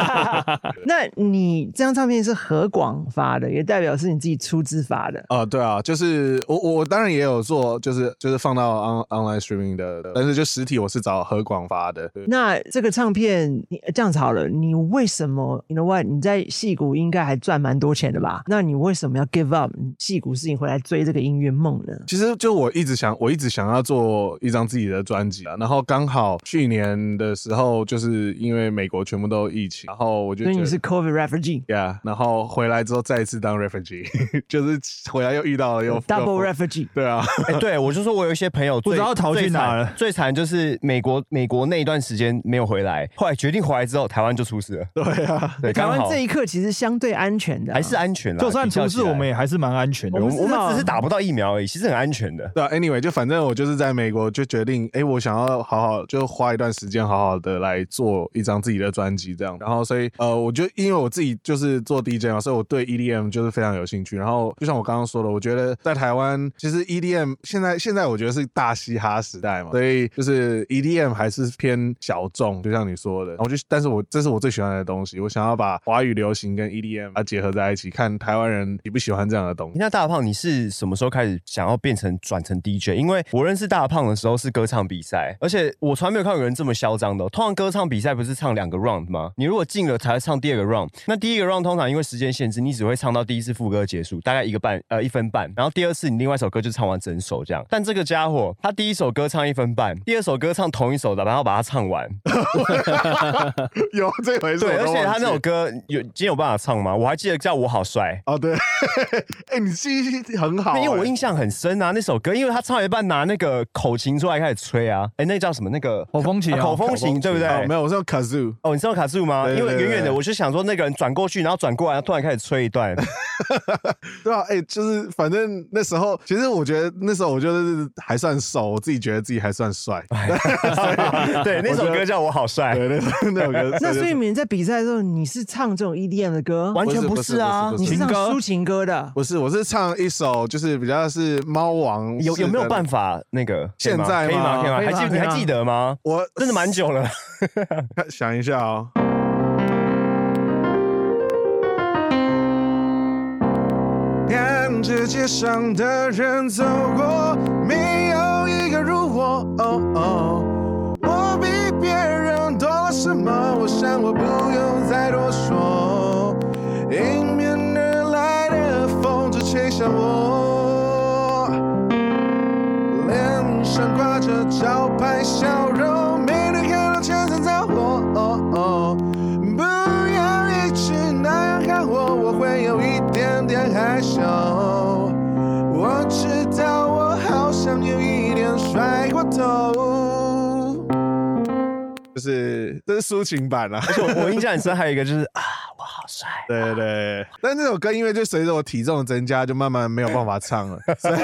Speaker 2: 那你这张唱片是何广发的，也代表是你自己出资发的。
Speaker 1: 啊、对啊，就是我我我当然也有做，就是就是放到 on online streaming 的，的但是就实体我是找何广发的。对
Speaker 2: 那这个唱片，你这样子好了，你为什么？You know what？你在戏谷应该还赚蛮多钱的吧？那你为什么要 give up 戏谷事情回来追这个音乐梦呢？
Speaker 1: 其实就我一直想，我一直想要做一张自己的专辑啊，然后刚好去年的时候，就是因为美国全部都疫情，然后我就
Speaker 2: 所以
Speaker 1: 觉
Speaker 2: 你
Speaker 1: 得
Speaker 2: 是 COVID refugee。
Speaker 1: Yeah，然后回来之后再一次当 refugee，就是回来又遇到了又又
Speaker 2: Double refugee，
Speaker 1: 对啊，
Speaker 4: 哎，对我就说我有一些朋友
Speaker 3: 不知
Speaker 4: 最
Speaker 3: 道逃去
Speaker 4: 最
Speaker 3: 哪
Speaker 4: 惨
Speaker 3: 了
Speaker 4: 最惨就是美国美国那一段时间没有回来，后来决定回来之后，台湾就出事了， 对啊，对，
Speaker 2: 台
Speaker 4: 刚
Speaker 2: 湾
Speaker 4: 好
Speaker 2: 这一刻其实相对安全的啊、
Speaker 4: 还是安全 啦，
Speaker 3: 就算
Speaker 4: 比较
Speaker 3: 出
Speaker 4: 起
Speaker 3: 事，
Speaker 4: 来
Speaker 3: 我们也还是蛮安全的。
Speaker 2: 我
Speaker 4: 我
Speaker 2: 不
Speaker 4: 们
Speaker 2: 知
Speaker 4: 我
Speaker 2: 道
Speaker 4: 们只是打不到疫啊苗而已，其实很安全的。
Speaker 1: 对啊，anyway，就反正我就是在美国就决定，哎，我想要好好就花一段时间，好好的来做一张自己的专辑这样。然后所以呃，我就因为我自己就是做 DJ 嘛，所以我对 EDM 就是非常有兴趣。然后就像我刚刚说的，我觉得在台湾其实 EDM 现在现在我觉得是大嘻哈时代嘛，所以就是 EDM 还是偏小众，就像你说的。然后我就但是我这是我最喜欢的东西，我想要把华语流行跟 E EDM 把它啊结合在一起，看台湾人喜不喜欢这样的东西。
Speaker 4: 那大胖，你是什么时候开始想要变成转成 DJ？因为我认识大胖的时候是歌唱比赛，而且我从来没有看过有人这么嚣张的哦、通常歌唱比赛不是唱两个 round 吗？你如果进了才唱第二个 round，那第一个 round 通常因为时间限制，你只会唱到第一次副歌结束，大概一个半呃一分半，然后第二次你另外一首歌就唱完整首这样。但这个家伙他第一首歌唱一分半，第二首歌唱同一首的，然后把它唱完。
Speaker 1: 有这回事，
Speaker 4: 对，
Speaker 1: 我
Speaker 4: 而
Speaker 1: 都
Speaker 4: 且
Speaker 1: 忘
Speaker 4: 他
Speaker 1: 记
Speaker 4: 那
Speaker 1: 了
Speaker 4: 首歌有今天有办法唱吗？我还记得叫我好帅。
Speaker 1: 哦，对， 哎、你记忆力很好、
Speaker 4: 因为我
Speaker 1: 哎
Speaker 4: 印象很深啊，那首歌，因为他唱一半拿那个口琴出来开始吹啊，哎，那叫什么？那个
Speaker 3: 口风琴哎啊
Speaker 4: 啊口风琴对不对？
Speaker 1: 哦没有，我是用 kazoo，
Speaker 4: 哦，你知道卡住吗？
Speaker 1: 对对
Speaker 4: 因为
Speaker 1: 对
Speaker 4: 远远
Speaker 1: 对
Speaker 4: 的，我就想说那个人转过去，然后转过来，然后突然开始吹一段。
Speaker 1: 对啊，哎、就是反正那时候，其实我觉得那时候我就是还算瘦，我自己觉得自己还算帅，
Speaker 4: 哎对，那首歌叫我好帅，
Speaker 1: 对，那时候那首 歌，
Speaker 2: 那所以你们在比赛的时候，你是唱这种 EDM 的歌？
Speaker 4: 完全
Speaker 1: 不是
Speaker 4: 是啊
Speaker 1: 不。是
Speaker 2: 你是
Speaker 1: 不
Speaker 2: 唱
Speaker 1: 是
Speaker 2: 抒情歌的，
Speaker 1: 不是，我是唱一首就是比较是猫王，
Speaker 4: 有有没有
Speaker 1: 法？
Speaker 4: 办法那个
Speaker 1: 现在
Speaker 4: 可以吗？
Speaker 1: 吗
Speaker 4: 可以吗？
Speaker 2: 可以
Speaker 4: 还
Speaker 2: 吗
Speaker 4: 记
Speaker 2: 可以
Speaker 4: 你
Speaker 2: 吗
Speaker 4: 还记得吗？
Speaker 1: 我
Speaker 4: 真的蛮久了，
Speaker 1: 看 想一下哦。看着街上的人走过，没有一个如我。哦哦，我比别人多了什么？我想我不用再多说。迎面而来的风只吹向我，脸上挂着招牌笑容，没人看到全身着火。哦哦不要一直那样看我，我会有一点点害羞。我知道我好像有一点摔过头。就是这是抒情版啦、啊
Speaker 4: 而且我我印象很深，还有一个就是啊，
Speaker 1: 对对对， 但这首歌因为就随着我体重的增加，就慢慢没有办法唱了，所以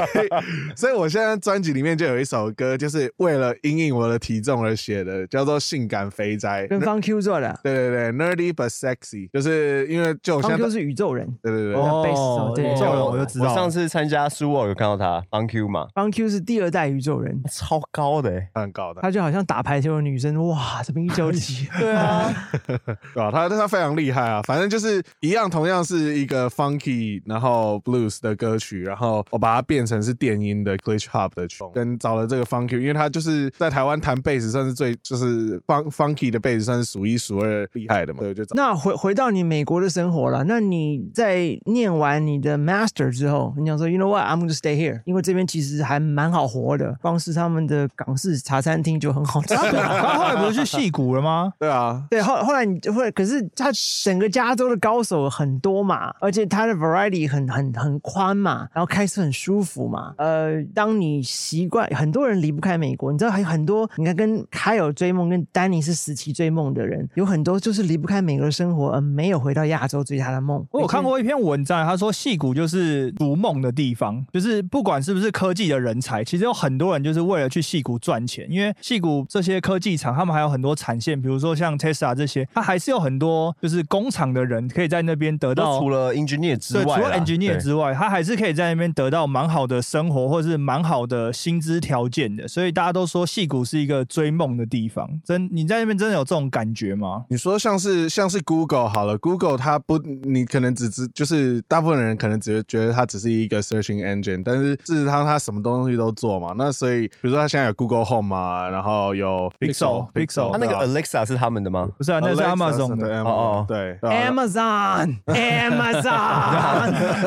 Speaker 1: 所以我现在专辑里面就有一首歌，就是为了因应我的体重而写的，叫做《性感肥宅》。
Speaker 2: 跟方 Q 做的。
Speaker 1: 对对对，nerdy but sexy，就是因为就我现在
Speaker 2: 方 Q 哦是宇宙人，
Speaker 1: 对对对，
Speaker 2: 哦贝斯手对
Speaker 3: 宇宙人我就知
Speaker 4: 我
Speaker 3: 道
Speaker 4: 上
Speaker 3: 了。
Speaker 4: 次参加苏我有看到他 b a n Q 嘛，
Speaker 2: 方 Q 是第二代宇宙人。
Speaker 4: 超高的欸，
Speaker 1: 很高的，
Speaker 2: 他就好像打排球的女生，哇，这么一九几，对啊，
Speaker 1: 对吧？他他非常厉害啊，反正就是一样，同样是一个 funky 然后 blues 的歌曲，然后我把它变成是电音的 glitch hop 的曲风，跟找了这个 funky，因为他就是在台湾弹贝斯算是最就是 fun funky 的贝斯算是数一数二厉害的嘛，对，就找。
Speaker 2: 那回回到你美国的生活了，那你在念完你的 master 之后，你想说，you know what，I'm gonna stay here，因为这边其实还蛮好活的，光是他们的港式茶餐厅就很好吃。
Speaker 3: 他啊后来不是去戏骨了吗？
Speaker 1: 对啊，
Speaker 2: 对，后后来你就会，可是他整个加州的高手很多嘛，而且他的 variety 很很很宽嘛，然后开车很舒服嘛。呃，当你习惯，很多人离不开美国，你知道还有很多，你看跟凯尔追梦，跟丹尼是时期追梦的人，有很多就是离不开美国的生活，而没有回到亚洲追他的梦。
Speaker 3: 我有看过一篇文章，他说戏谷就是逐梦的地方，就是不管是不是科技的人才，其实有很多人就是为了去戏谷赚钱，因为戏谷这些科技厂，他们还有很多产线，比如说像 Tesla 这些，它还是有很多就是工厂的人可以在那边得
Speaker 4: 都
Speaker 3: 到
Speaker 4: 除了 engineer 之
Speaker 3: 对，
Speaker 4: 外
Speaker 3: 除
Speaker 4: 啦，
Speaker 3: 了 engineer
Speaker 4: 对
Speaker 3: 之外，他还是可以在那边得到蛮好的生活，或者是蛮好的薪资条件的。所以大家都说戏谷是一个追梦的地方。真，你在那边真的有这种感觉吗？
Speaker 1: 你说像是像是 Google 好了，Google 它不，你可能只知就是大部分人可能只是觉得它只是一个 searching engine，但是事实上它什么东西都做嘛。那所以比如说它现在有 Google Home 啊，然后有
Speaker 3: Pixel，
Speaker 1: 哦
Speaker 4: 他那
Speaker 1: 啊
Speaker 4: 个 Alexa 是他们的吗？
Speaker 3: 不是啊，那是 Amazon 的
Speaker 1: 的
Speaker 4: 哦哦
Speaker 1: 对对啊
Speaker 2: Amazon，Amazon，Amazon。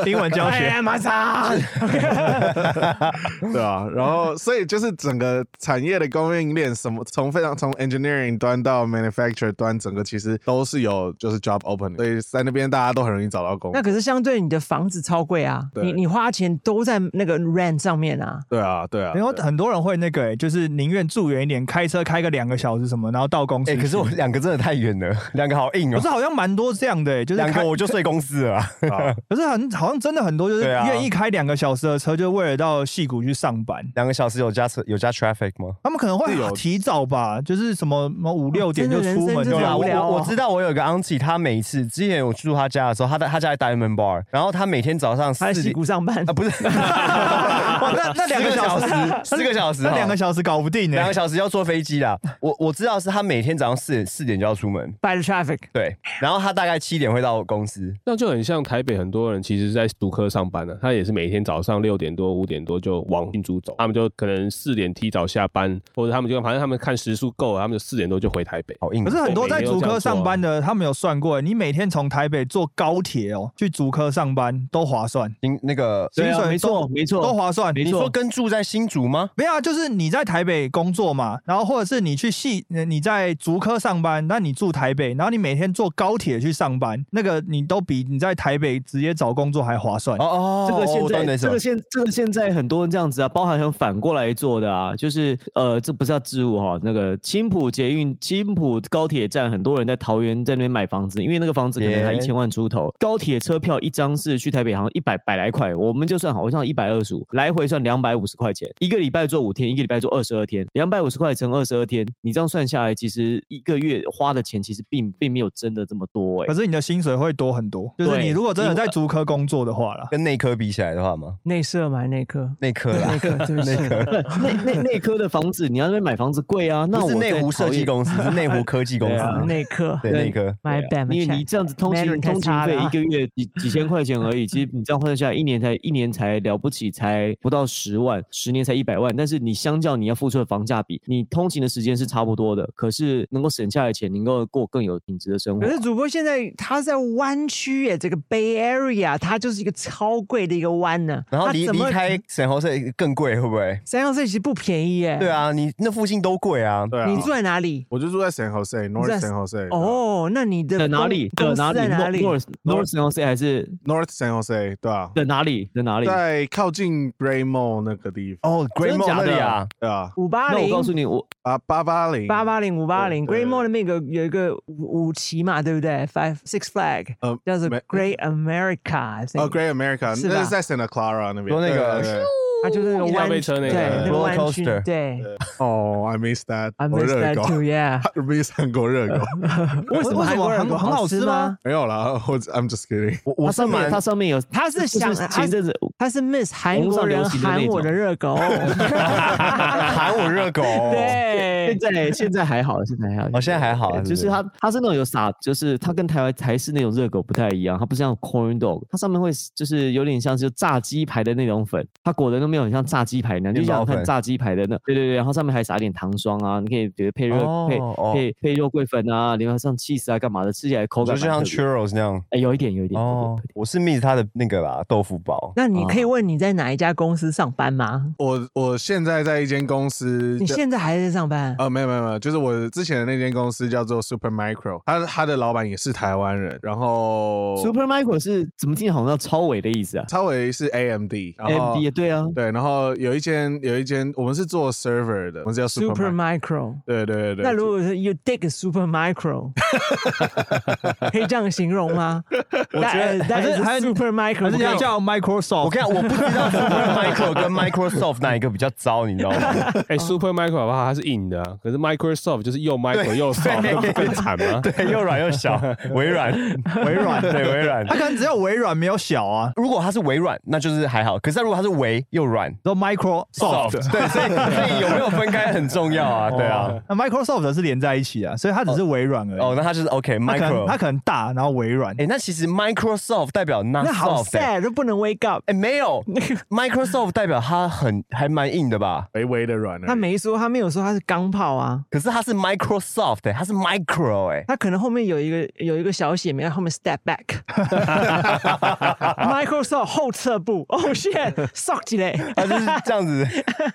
Speaker 3: 英文教学。
Speaker 1: 对啊，然后所以就是整个产业的供应链，什么从非常从 engineering 端到 manufacture 端，整个其实都是有就是 job opening，所以在那边大家都很容易找到工作
Speaker 2: 那。可是相对你的房子超贵啊，
Speaker 1: 对
Speaker 2: 你你花钱都在那个 rent 上面啊。
Speaker 1: 对啊，对啊，
Speaker 3: 然后很多人会那个、欸，就是宁愿住远一点，开车开个两个小时什么，然后到公司
Speaker 4: 哎，
Speaker 3: 去。
Speaker 4: 可是我两个真的太远了，两个好硬哦
Speaker 3: 不是。好像蛮多这样的、欸，就是
Speaker 4: 两
Speaker 3: 开
Speaker 4: 个我就睡公司了啊。
Speaker 3: 可是很好像真的很多，就是
Speaker 4: 对啊
Speaker 3: 愿意开两个小时的车，就为了到戏谷去上班。
Speaker 4: 两个小时有加车有加 traffic 吗？
Speaker 3: 他们可能会提早吧，就是什么什么五六点就出门
Speaker 2: 真的人生
Speaker 3: 就
Speaker 2: 真的
Speaker 3: 来
Speaker 2: 好无聊哦
Speaker 4: 啊我我知道我有一个 auntie，她每次之前我住她家的时候，她在她家在 Diamond Bar，然后她每天早上四
Speaker 2: 他在戏
Speaker 4: 点
Speaker 2: 谷上班
Speaker 4: 啊，不是，
Speaker 3: 哇，那那两个小时，
Speaker 4: 四个小时，
Speaker 3: 那两个
Speaker 4: 小
Speaker 3: 小
Speaker 4: 时
Speaker 3: 时搞不定欸
Speaker 4: 哈，
Speaker 3: 呢、
Speaker 4: 两个小时要坐飞机啦。我我知道是她每天早上四点四点就要出门，
Speaker 2: ，by the traffic，
Speaker 4: 对，然后她大概七点会到公司，
Speaker 6: 那就很像台北很多人其实在读科上班啊的、他也是每天早上六点多五点多就往新竹走，他们就可能四点提早下班，或者他们就反正他们看时速够了，他们就四点多就回台北。
Speaker 4: 好硬。
Speaker 3: 可是很多在竹科上班的，他们有算过，欸你每天从台北坐高铁哦去竹科上班都划算，
Speaker 4: 新那个，
Speaker 7: 对啊
Speaker 3: 薪水
Speaker 7: 没错
Speaker 3: 都
Speaker 7: 没错
Speaker 3: 都划算。
Speaker 7: 没
Speaker 4: 你
Speaker 7: 错
Speaker 4: 说跟住在新竹吗？
Speaker 3: 没有啊，就是你在台北工作嘛，然后或者是你去系，呃你在竹科上班，那你住台北，然后你每天坐高铁去上班，那个你都比你在台北直接找工作还划算。
Speaker 4: 哦哦，
Speaker 7: 这个
Speaker 4: 哦
Speaker 7: 现
Speaker 4: 我懂你
Speaker 7: 在，
Speaker 4: 的意思
Speaker 7: 这
Speaker 4: 了
Speaker 7: 个现这个现在很多人这样子啊，包含像反过来做的啊，就是呃，这不是要置入哈，那个青浦捷运、青浦高铁站，很多人在桃园在那边买房子，因为那个房子可能才一
Speaker 4: Yeah
Speaker 7: 千万出头，高铁车票一张是去台北好像一百百来块，我们就算好像一百二十五，来回算两百五十块钱，一个礼拜做五天，一个礼拜做二十二天，两百五十块乘二十二天，你这样算下来，其实一个月花的钱其实并并没有真的这么多哎、
Speaker 3: 可是你的薪水会多很多，就是
Speaker 7: 对
Speaker 3: 你如果真的
Speaker 7: 因为
Speaker 3: 在竹科工作的话啦，
Speaker 4: 跟内科比起来的话吗？
Speaker 2: 内设买内 科，
Speaker 4: 内科啦
Speaker 2: 内，科对不起，
Speaker 7: 内内内科的房子，你要那边买房子贵啊，那
Speaker 4: 不
Speaker 7: 我
Speaker 4: 是内
Speaker 7: 在
Speaker 4: 湖
Speaker 7: 桃
Speaker 4: 设计
Speaker 7: 园
Speaker 4: 公司，是内湖科技公
Speaker 7: 对啊
Speaker 4: 司，
Speaker 2: 内科
Speaker 4: 对内科。
Speaker 2: ，my
Speaker 7: 对
Speaker 2: bad，
Speaker 7: 啊因为你这样子通勤
Speaker 2: Mandarin 太
Speaker 7: 通勤
Speaker 2: 差了
Speaker 7: 费
Speaker 2: 啊
Speaker 7: 一个月几几千块钱而已，其实你这样换算下来，一年才一年才了不起，才不到十万，十年才一百万。但是你相较你要付出的房价比，你通勤的时间是差不多的，可是能够省下来的钱，能够过更有品质的生活
Speaker 2: 可。是主播现在他在湾区哎耶，这个 Bay Area，它就是一个超贵的一个湾呢。
Speaker 4: 然后
Speaker 2: 它
Speaker 4: 离
Speaker 2: 怎
Speaker 4: 离
Speaker 2: 么
Speaker 4: 开沈侯社更贵，会不会？
Speaker 2: 三幺四其实不便宜耶。
Speaker 4: 对啊，你那附近都贵啊。
Speaker 1: 对啊，啊
Speaker 2: 你住在哪里？
Speaker 1: 我就住在 San Jose，North
Speaker 2: 在
Speaker 1: San Jose，
Speaker 2: 哦，那你的
Speaker 7: 在哪
Speaker 2: 公
Speaker 7: 里？
Speaker 2: 公
Speaker 7: 的
Speaker 2: 司
Speaker 7: 哪里
Speaker 2: 在哪里？
Speaker 7: ？North North San Jose 还是
Speaker 1: ，North San Jose，对啊，
Speaker 7: 的哪里？的哪里？
Speaker 1: 在靠近 Gray Mall 那个地方，
Speaker 4: 哦，Great
Speaker 7: 真的
Speaker 4: Mall
Speaker 7: 假
Speaker 4: 那
Speaker 7: 的
Speaker 4: 里啊，
Speaker 1: 对啊，
Speaker 2: 五八
Speaker 7: 那我
Speaker 2: 零
Speaker 7: 告诉你，我
Speaker 1: 啊八八零
Speaker 2: 八八零五八零
Speaker 1: 对
Speaker 2: ，Great
Speaker 1: 对
Speaker 2: Mall 里面有个有一个五五旗嘛，对不对？Five Six Flag
Speaker 1: 呃
Speaker 2: 叫做
Speaker 1: 没
Speaker 2: Great America，I
Speaker 1: 哦
Speaker 2: think
Speaker 1: Great America，
Speaker 2: 是吧
Speaker 1: 那是在 Santa Clara 那边，
Speaker 4: 说那个
Speaker 1: 对对对
Speaker 2: 它就是那个
Speaker 6: 一辆
Speaker 2: 湾
Speaker 6: 被车那个
Speaker 2: 对那个
Speaker 4: roller
Speaker 2: 湾区
Speaker 4: coaster
Speaker 2: 对。
Speaker 1: 哦，I miss that，
Speaker 2: I
Speaker 1: 我
Speaker 2: miss
Speaker 1: 热
Speaker 2: that
Speaker 1: 狗
Speaker 2: too, yeah.
Speaker 1: ，miss 韩国热狗，
Speaker 2: 为什么
Speaker 3: 为什
Speaker 2: 韩
Speaker 3: 么
Speaker 2: 国
Speaker 3: 韩
Speaker 2: 人
Speaker 3: 国很好
Speaker 2: 好
Speaker 3: 吃吗
Speaker 2: 吗？
Speaker 1: 没有啦，我 I'm just kidding，
Speaker 4: 我我
Speaker 7: 它
Speaker 4: 是
Speaker 7: 上面
Speaker 4: 蛮
Speaker 7: 它上面有，
Speaker 2: 它是
Speaker 7: 就是
Speaker 2: 想它
Speaker 7: 前阵子
Speaker 2: 它是 Miss 韩
Speaker 7: 络上
Speaker 2: 国人
Speaker 7: 流行的那
Speaker 2: 喊我
Speaker 7: 种
Speaker 2: 的热狗，
Speaker 4: 哦喊我热狗。
Speaker 2: 对
Speaker 7: 现，在现在还好，现在还好。
Speaker 4: 哦，现在还好啊，
Speaker 7: 对
Speaker 4: 是不
Speaker 7: 就是它，它是那种有撒，就是它跟台湾台式那种热狗不太一样，它不像 corn dog，它上面会就是有点像是炸鸡排的那种粉，它裹的都没有很像炸鸡排那样，就
Speaker 4: 面包
Speaker 7: 像看
Speaker 4: 粉
Speaker 7: 炸鸡排的那，对对对，然后上面还撒一点糖霜啊，你可以比如配肉、
Speaker 4: 哦哦
Speaker 7: 配配配肉桂粉啊，里面上 cheese 啊干嘛的，吃起来口
Speaker 4: 我就
Speaker 7: 感蛮
Speaker 4: 像
Speaker 7: 特别
Speaker 4: churros 那样。
Speaker 7: 哎有一点有一点
Speaker 4: 哦，我是 miss 他的那个啦，豆腐包。
Speaker 2: 那你可以问你在哪一家公司上班吗？
Speaker 1: 我我现在在一间公司，
Speaker 2: 你现在还在上班？
Speaker 1: 呃，没有没有没有，就是我之前的那间公司叫做 Super Micro，他他的老板也是台湾人，然
Speaker 4: 哦
Speaker 1: 后
Speaker 7: Super Micro 是怎么听起来好像叫超伟的意思啊
Speaker 1: 超维是 AMD，然后
Speaker 4: 哦
Speaker 7: ？MD 也对啊，
Speaker 1: 对，然后有一间有一间我们是做 server 的，我们是叫 Super
Speaker 2: Super
Speaker 1: Micro，
Speaker 2: Micro。
Speaker 1: 对对对对。
Speaker 2: 那如果是 You dig Super Micro，可以这样形容吗？我
Speaker 4: 觉得
Speaker 2: 但
Speaker 3: 还是
Speaker 2: 是
Speaker 3: 还是
Speaker 2: Super
Speaker 3: 可
Speaker 2: Micro，
Speaker 3: 是你要叫 Microsoft，
Speaker 4: 我跟你讲，我不知道 Super Micro 跟 Microsoft 哪一个比较糟，你知道吗？
Speaker 6: 哎、s u p e r Micro 好不好？它是硬的、啊，可是 Microsoft 就是又 Micro 又 soft，那不更惨啊吗？
Speaker 4: 对，又软又小，微软，微软，对，微 软
Speaker 3: 它。可能只有微软没有小啊，
Speaker 4: 如果它是微软，那就是还好；可是它如果它是微又软
Speaker 3: 都 Microsoft。
Speaker 4: 对，所以所以有没有分开很重要啊，对啊。
Speaker 3: 那 Microsoft 是连在一起啊，所以它只是微软而已。
Speaker 4: 哦，那它就是 OK
Speaker 3: 它可能
Speaker 4: Micro，
Speaker 3: 它可能大，然后微软。
Speaker 4: 哎、那其实 Microsoft 代表 not
Speaker 2: 那好
Speaker 4: soft，哎、
Speaker 2: sad，都不能 wake up。
Speaker 4: 诶没有 Microsoft 代表它很还蛮硬的吧？
Speaker 1: 微微的软而已
Speaker 2: 他没说，他没有说他是钢炮啊，
Speaker 4: 可是它是 Microsoft，哎、它是 Micro，哎、
Speaker 2: 他可能后面有一个有一个小写名，后面 step back。Microsoft 后撤步，哦，Oh shit，sock 起来。对
Speaker 4: 他就是这样子，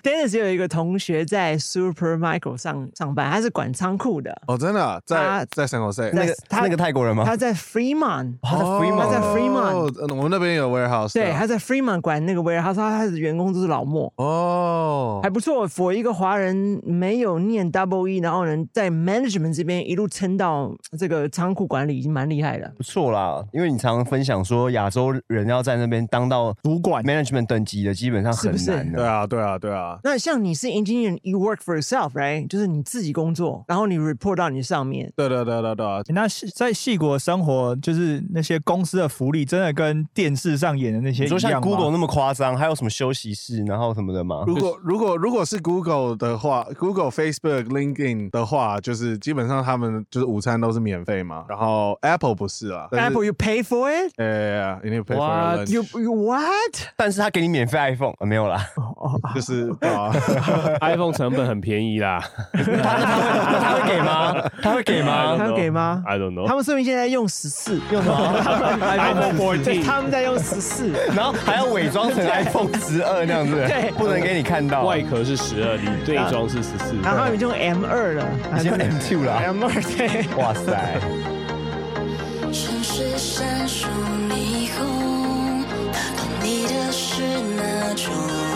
Speaker 2: ，Dennis 有一个同学在 Super Micro 上上班，他是管仓库的，
Speaker 1: 哦，真的啊
Speaker 2: 他
Speaker 1: 在在 San Jose，
Speaker 4: 那个
Speaker 2: 他
Speaker 4: 那个泰国人吗？
Speaker 2: 他在 Fremont，
Speaker 4: 他在
Speaker 1: 哦
Speaker 4: Fremont
Speaker 2: 他在 Fremont，
Speaker 1: 嗯我们那边有 warehouse，
Speaker 2: 对，
Speaker 1: 啊
Speaker 2: 他在 Fremont 管那个 warehouse，他说他的员工都是老莫。
Speaker 1: 哦
Speaker 2: 还，不错，for 一个华人没有念 double E，然后能在 management 这边一路撑到这个仓库管理，已经蛮厉害了。
Speaker 4: 不错啦，因为你常常分享说亚洲人要在那边当到
Speaker 3: 主管
Speaker 4: management 等级的，基本上很
Speaker 2: 是不是
Speaker 4: 难
Speaker 1: 对
Speaker 4: 的。
Speaker 1: 啊，对啊，对啊，
Speaker 2: 那像你是 engineer，you work for yourself，right？就是你自己工作，然后你 report 到你上面。
Speaker 1: 对对对对对啊，
Speaker 3: 那戏在戏国生活，就是那些公司的福利，真的跟电视上演的那些
Speaker 4: 你
Speaker 3: 一
Speaker 4: 说
Speaker 3: 样
Speaker 4: 像
Speaker 3: 吗
Speaker 4: Google 那么夸张，还有什么休息室，然后什么的吗？
Speaker 1: 如果如果如果是 Google 的话，Google、Facebook、LinkedIn 的话，就是基本上他们就是午餐都是免费嘛。然后 Apple 不是啊但是
Speaker 2: Apple，you pay for it？You
Speaker 1: 呃，you need to pay for your lunch，
Speaker 2: you, you what？
Speaker 4: 但是他给你免费 iPhone，、啊、没有啦，
Speaker 1: 就是啊，
Speaker 6: iPhone 成本很便宜啦，
Speaker 4: 他会给吗？他会给吗？
Speaker 2: 他有给吗
Speaker 6: I don't know。
Speaker 2: 他们说明现在用十四，用什么
Speaker 6: iPhone 14
Speaker 2: 他们在用十四。
Speaker 4: 然后还要伪装成 iPhone 十二那样子
Speaker 2: 对，
Speaker 4: 不能给你看到。
Speaker 6: 外壳是十二，里内装是十四。
Speaker 2: 然后他们就用 M 二了
Speaker 4: 已经 M two 了，
Speaker 2: ，M 二对。
Speaker 4: 哇塞！
Speaker 8: 城市闪烁霓虹，打动你的是哪种？